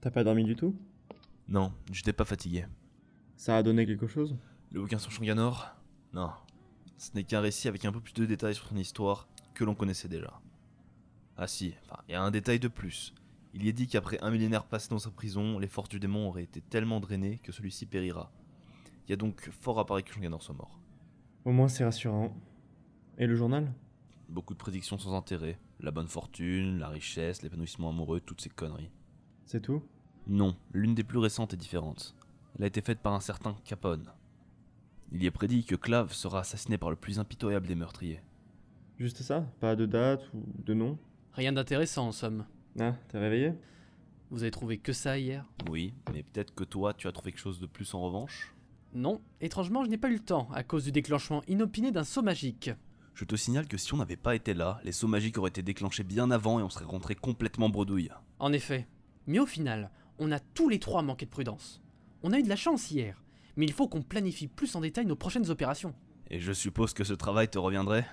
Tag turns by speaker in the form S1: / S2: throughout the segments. S1: T'as pas dormi du tout
S2: Non, j'étais pas fatigué.
S1: Ça a donné quelque chose
S2: Le bouquin sur Shanganor Non. Ce n'est qu'un récit avec un peu plus de détails sur son histoire que l'on connaissait déjà. Ah si, enfin, il y a un détail de plus. Il y est dit qu'après un millénaire passé dans sa prison, les forces du démon auraient été tellement drainées que celui-ci périra. Il y a donc fort à parier que Shanganor soit mort.
S1: Au moins, c'est rassurant. Et le journal
S2: Beaucoup de prédictions sans intérêt. La bonne fortune, la richesse, l'épanouissement amoureux, toutes ces conneries.
S1: C'est tout
S2: Non, l'une des plus récentes est différente. Elle a été faite par un certain Capone. Il y est prédit que Clave sera assassiné par le plus impitoyable des meurtriers.
S1: Juste ça Pas de date ou de nom
S3: Rien d'intéressant en somme.
S1: Ah, t'es réveillé
S3: Vous avez trouvé que ça hier
S2: Oui, mais peut-être que toi, tu as trouvé quelque chose de plus en revanche
S3: Non, étrangement, je n'ai pas eu le temps à cause du déclenchement inopiné d'un saut magique.
S2: Je te signale que si on n'avait pas été là, les sauts magiques auraient été déclenchés bien avant et on serait rentré complètement bredouille.
S3: En effet. Mais au final, on a tous les trois manqué de prudence. On a eu de la chance hier, mais il faut qu'on planifie plus en détail nos prochaines opérations.
S2: Et je suppose que ce travail te reviendrait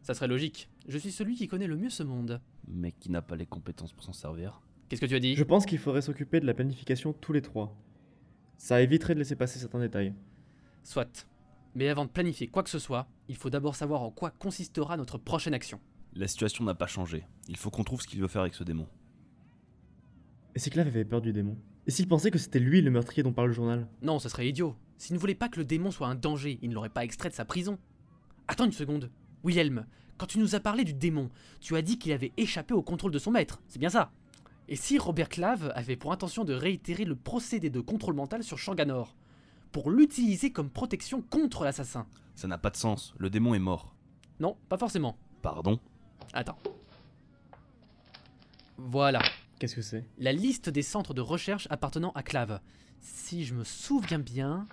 S3: Ça serait logique. Je suis celui qui connaît le mieux ce monde.
S2: Mais qui n'a pas les compétences pour s'en servir
S3: Qu'est-ce que tu as dit
S1: Je pense qu'il faudrait s'occuper de la planification tous les trois. Ça éviterait de laisser passer certains détails.
S3: Soit. Mais avant de planifier quoi que ce soit, il faut d'abord savoir en quoi consistera notre prochaine action.
S2: La situation n'a pas changé. Il faut qu'on trouve ce qu'il veut faire avec ce démon.
S1: Et si Clave avait peur du démon Et s'il pensait que c'était lui le meurtrier dont parle le journal
S3: Non, ce serait idiot. S'il ne voulait pas que le démon soit un danger, il ne l'aurait pas extrait de sa prison. Attends une seconde. Wilhelm, quand tu nous as parlé du démon, tu as dit qu'il avait échappé au contrôle de son maître, c'est bien ça Et si Robert Clave avait pour intention de réitérer le procédé de contrôle mental sur Shanganor Pour l'utiliser comme protection contre l'assassin
S2: Ça n'a pas de sens. Le démon est mort.
S3: Non, pas forcément.
S2: Pardon
S3: Attends. Voilà,
S1: Qu'est-ce que c'est
S3: la liste des centres de recherche appartenant à Clave. Si je me souviens bien...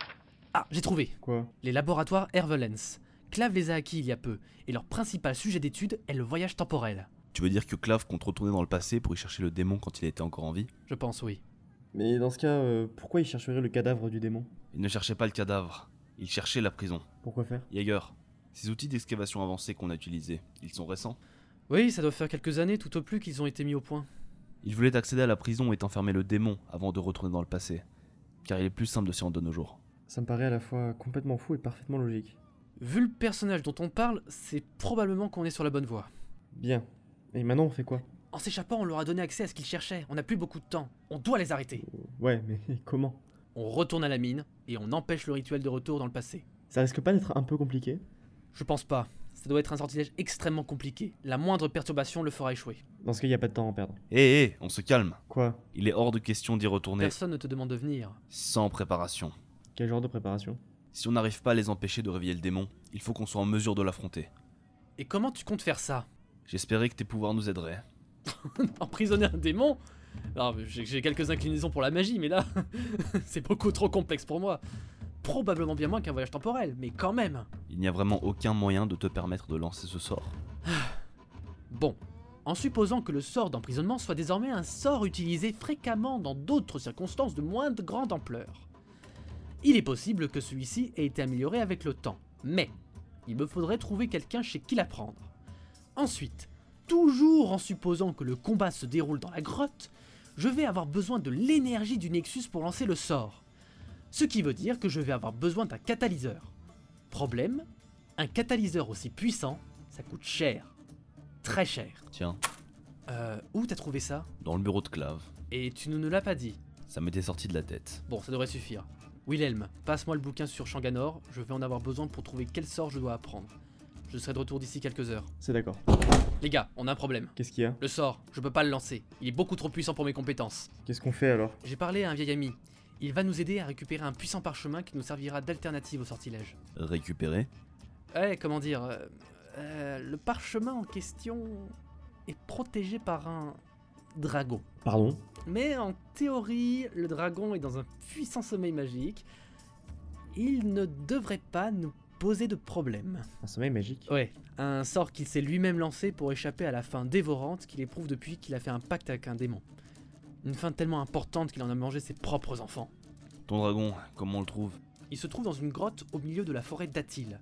S3: Ah, j'ai trouvé
S1: Quoi
S3: les laboratoires Hervelens. Clave les a acquis il y a peu, et leur principal sujet d'étude est le voyage temporel.
S2: Tu veux dire que Clave compte retourner dans le passé pour y chercher le démon quand il était encore en vie
S3: Je pense, oui.
S1: Mais dans ce cas, euh, pourquoi il chercherait le cadavre du démon
S2: Il ne cherchait pas le cadavre, il cherchait la prison.
S1: Pourquoi faire
S2: Jaeger, ces outils d'excavation avancés qu'on a utilisés, ils sont récents
S3: Oui, ça doit faire quelques années tout au plus qu'ils ont été mis au point.
S2: Il voulait accéder à la prison et enfermer le démon avant de retourner dans le passé, car il est plus simple de s'y rendre de nos jours.
S1: Ça me paraît à la fois complètement fou et parfaitement logique.
S3: Vu le personnage dont on parle, c'est probablement qu'on est sur la bonne voie.
S1: Bien. Et maintenant, on fait quoi
S3: En s'échappant, on leur a donné accès à ce qu'ils cherchaient, on n'a plus beaucoup de temps, on doit les arrêter.
S1: Ouais, mais comment
S3: On retourne à la mine, et on empêche le rituel de retour dans le passé.
S1: Ça risque pas d'être un peu compliqué
S3: Je pense pas, ça doit être un sortilège extrêmement compliqué, la moindre perturbation le fera échouer.
S1: Dans ce cas, y a pas de temps à perdre.
S2: Hé hé, Eh, on se calme
S1: Quoi
S2: Il est hors de question d'y retourner
S3: Personne ne te demande de venir.
S2: sans préparation.
S1: Quel genre de préparation
S2: Si on n'arrive pas à les empêcher de réveiller le démon, il faut qu'on soit en mesure de l'affronter.
S3: Et comment tu comptes faire ça
S2: J'espérais que tes pouvoirs nous aideraient.
S3: emprisonner un démon Alors, j'ai j'ai quelques inclinaisons pour la magie, mais là, c'est beaucoup trop complexe pour moi. Probablement bien moins qu'un voyage temporel, mais quand même.
S2: Il n'y a vraiment aucun moyen de te permettre de lancer ce sort.
S3: Bon, en supposant que le sort d'emprisonnement soit désormais un sort utilisé fréquemment dans d'autres circonstances de moins de grande ampleur, il est possible que celui-ci ait été amélioré avec le temps, mais il me faudrait trouver quelqu'un chez qui l'apprendre. Ensuite, toujours en supposant que le combat se déroule dans la grotte, je vais avoir besoin de l'énergie du Nexus pour lancer le sort. Ce qui veut dire que je vais avoir besoin d'un catalyseur. Problème, un catalyseur aussi puissant, ça coûte cher. Très cher.
S2: Tiens,
S3: Euh, où t'as trouvé ça
S2: dans le bureau de Clave,
S3: Et tu ne nous l'as pas dit.
S2: ça m'était sorti de la tête.
S3: Bon, ça devrait suffire. Wilhelm, passe-moi le bouquin sur Shanganor, je vais en avoir besoin pour trouver quel sort je dois apprendre. Je serai de retour d'ici quelques heures.
S1: C'est d'accord.
S3: Les gars, on a un problème.
S1: Qu'est-ce qu'il y a
S3: Le sort, je peux pas le lancer. Il est beaucoup trop puissant pour mes compétences.
S1: Qu'est-ce qu'on fait alors
S3: J'ai parlé à un vieil ami. Il va nous aider à récupérer un puissant parchemin qui nous servira d'alternative au sortilège.
S2: Récupérer
S3: Ouais, comment dire euh, euh, Le parchemin en question est protégé par un dragon.
S1: Pardon
S3: Mais en théorie, le dragon est dans un puissant sommeil magique. Il ne devrait pas nous poser de problème.
S1: Un sommeil magique
S3: Ouais, un sort qu'il s'est lui-même lancé pour échapper à la fin dévorante qu'il éprouve depuis qu'il a fait un pacte avec un démon. Une fin tellement importante qu'il en a mangé ses propres enfants.
S2: Ton dragon, comment on le trouve
S3: Il se trouve dans une grotte au milieu de la forêt d'Atil.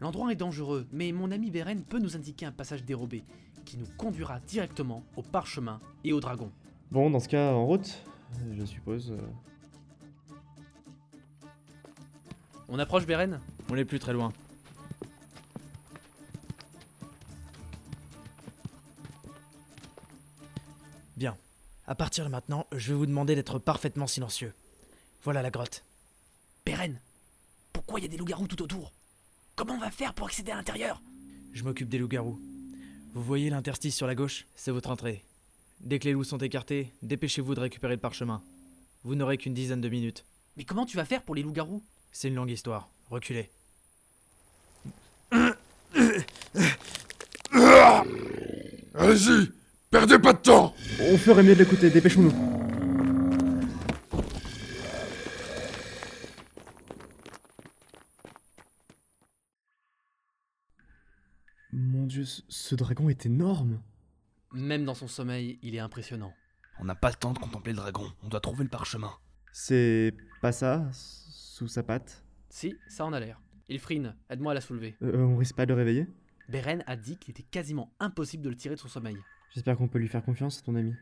S3: L'endroit est dangereux, mais mon ami Beren peut nous indiquer un passage dérobé qui nous conduira directement au parchemin et au dragon.
S1: Bon, dans ce cas, en route Euh, Je suppose. euh.
S3: On approche Beren
S4: On n'est plus très loin.
S5: À partir de maintenant, je vais vous demander d'être parfaitement silencieux. Voilà la grotte.
S3: Beren Pourquoi il y a des loups-garous tout autour Comment on va faire pour accéder à l'intérieur
S5: Je m'occupe des loups-garous. Vous voyez l'interstice sur la gauche C'est votre entrée. Dès que les loups sont écartés, dépêchez-vous de récupérer le parchemin. Vous n'aurez qu'une dizaine de minutes.
S3: Mais comment tu vas faire pour les loups-garous
S5: C'est une longue histoire. Reculez.
S6: Allez-y Perdez pas de temps
S1: On ferait mieux de l'écouter, dépêchons-nous. Mon dieu, ce- ce dragon est énorme.
S3: Même dans son sommeil, il est impressionnant.
S2: On n'a pas le temps de contempler le dragon, on doit trouver le parchemin.
S1: C'est pas ça, s- sous sa patte.
S3: Si, ça en a l'air. Ilfrine, aide-moi à la soulever.
S1: Euh, on risque pas de le réveiller
S3: Beren a dit qu'il était quasiment impossible de le tirer de son sommeil.
S1: J'espère qu'on peut lui faire confiance, ton ami.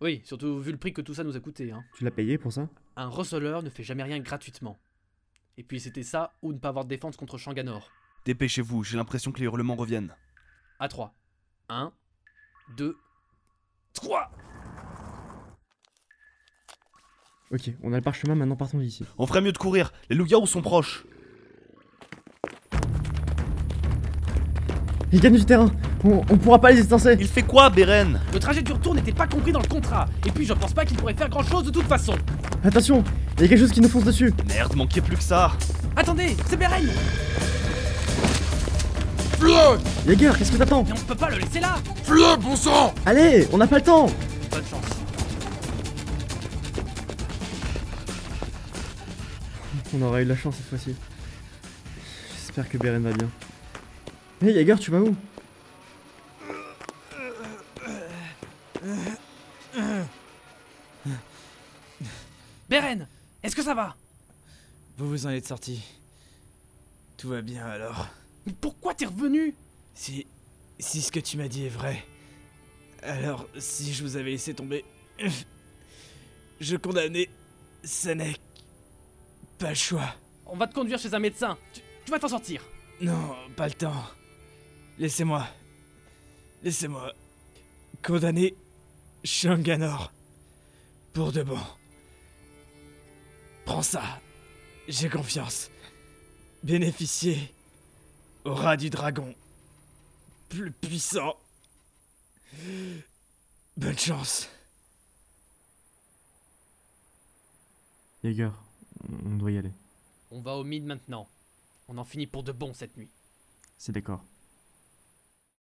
S3: Oui, surtout vu le prix que tout ça nous a coûté. Hein.
S1: Tu l'as payé pour ça
S3: Un receleur ne fait jamais rien gratuitement. Et puis c'était ça ou ne pas avoir de défense contre Shanganor.
S2: Dépêchez-vous, j'ai l'impression que les hurlements reviennent.
S3: À 3. 1, 2, 3
S1: Ok, on a le parchemin, maintenant partons d'ici.
S2: On ferait mieux de courir, les loups-garous sont proches.
S1: Ils gagnent du terrain On, on pourra pas les distancer
S2: Il fait quoi, Beren
S3: Le trajet du retour n'était pas compris dans le contrat. Et puis je pense pas qu'il pourrait faire grand chose de toute façon.
S1: Attention Il y a quelque chose qui nous fonce dessus
S2: Merde, manquait plus que ça.
S3: Attendez, c'est Beren
S6: Fuyez
S1: Les gars, qu'est-ce que t'attends
S3: Mais on ne peut pas le laisser là
S6: Fuyez, bon sang
S1: Allez, on n'a pas le temps
S3: Bonne chance.
S1: On aura eu de la chance cette fois-ci. J'espère que Beren va bien. Hé hey, Jaeger, tu vas où
S3: Beren Est-ce que ça va
S5: Vous vous en êtes sortis. Tout va bien alors.
S3: Mais pourquoi t'es revenu
S5: Si. Si ce que tu m'as dit est vrai. Alors, si je vous avais laissé tomber. Je condamnais. Ça n'est. Pas le choix.
S3: On va te conduire chez un médecin. Tu, tu vas t'en sortir.
S5: Non, pas le temps. Laissez-moi. Laissez-moi. Condamner Shanganor. Pour de bon. Prends ça. J'ai confiance. Bénéficier au rat du dragon. Plus puissant. Bonne chance.
S1: Jaeger, on doit y aller.
S3: On va au mid maintenant. On en finit pour de bon cette nuit.
S1: C'est d'accord.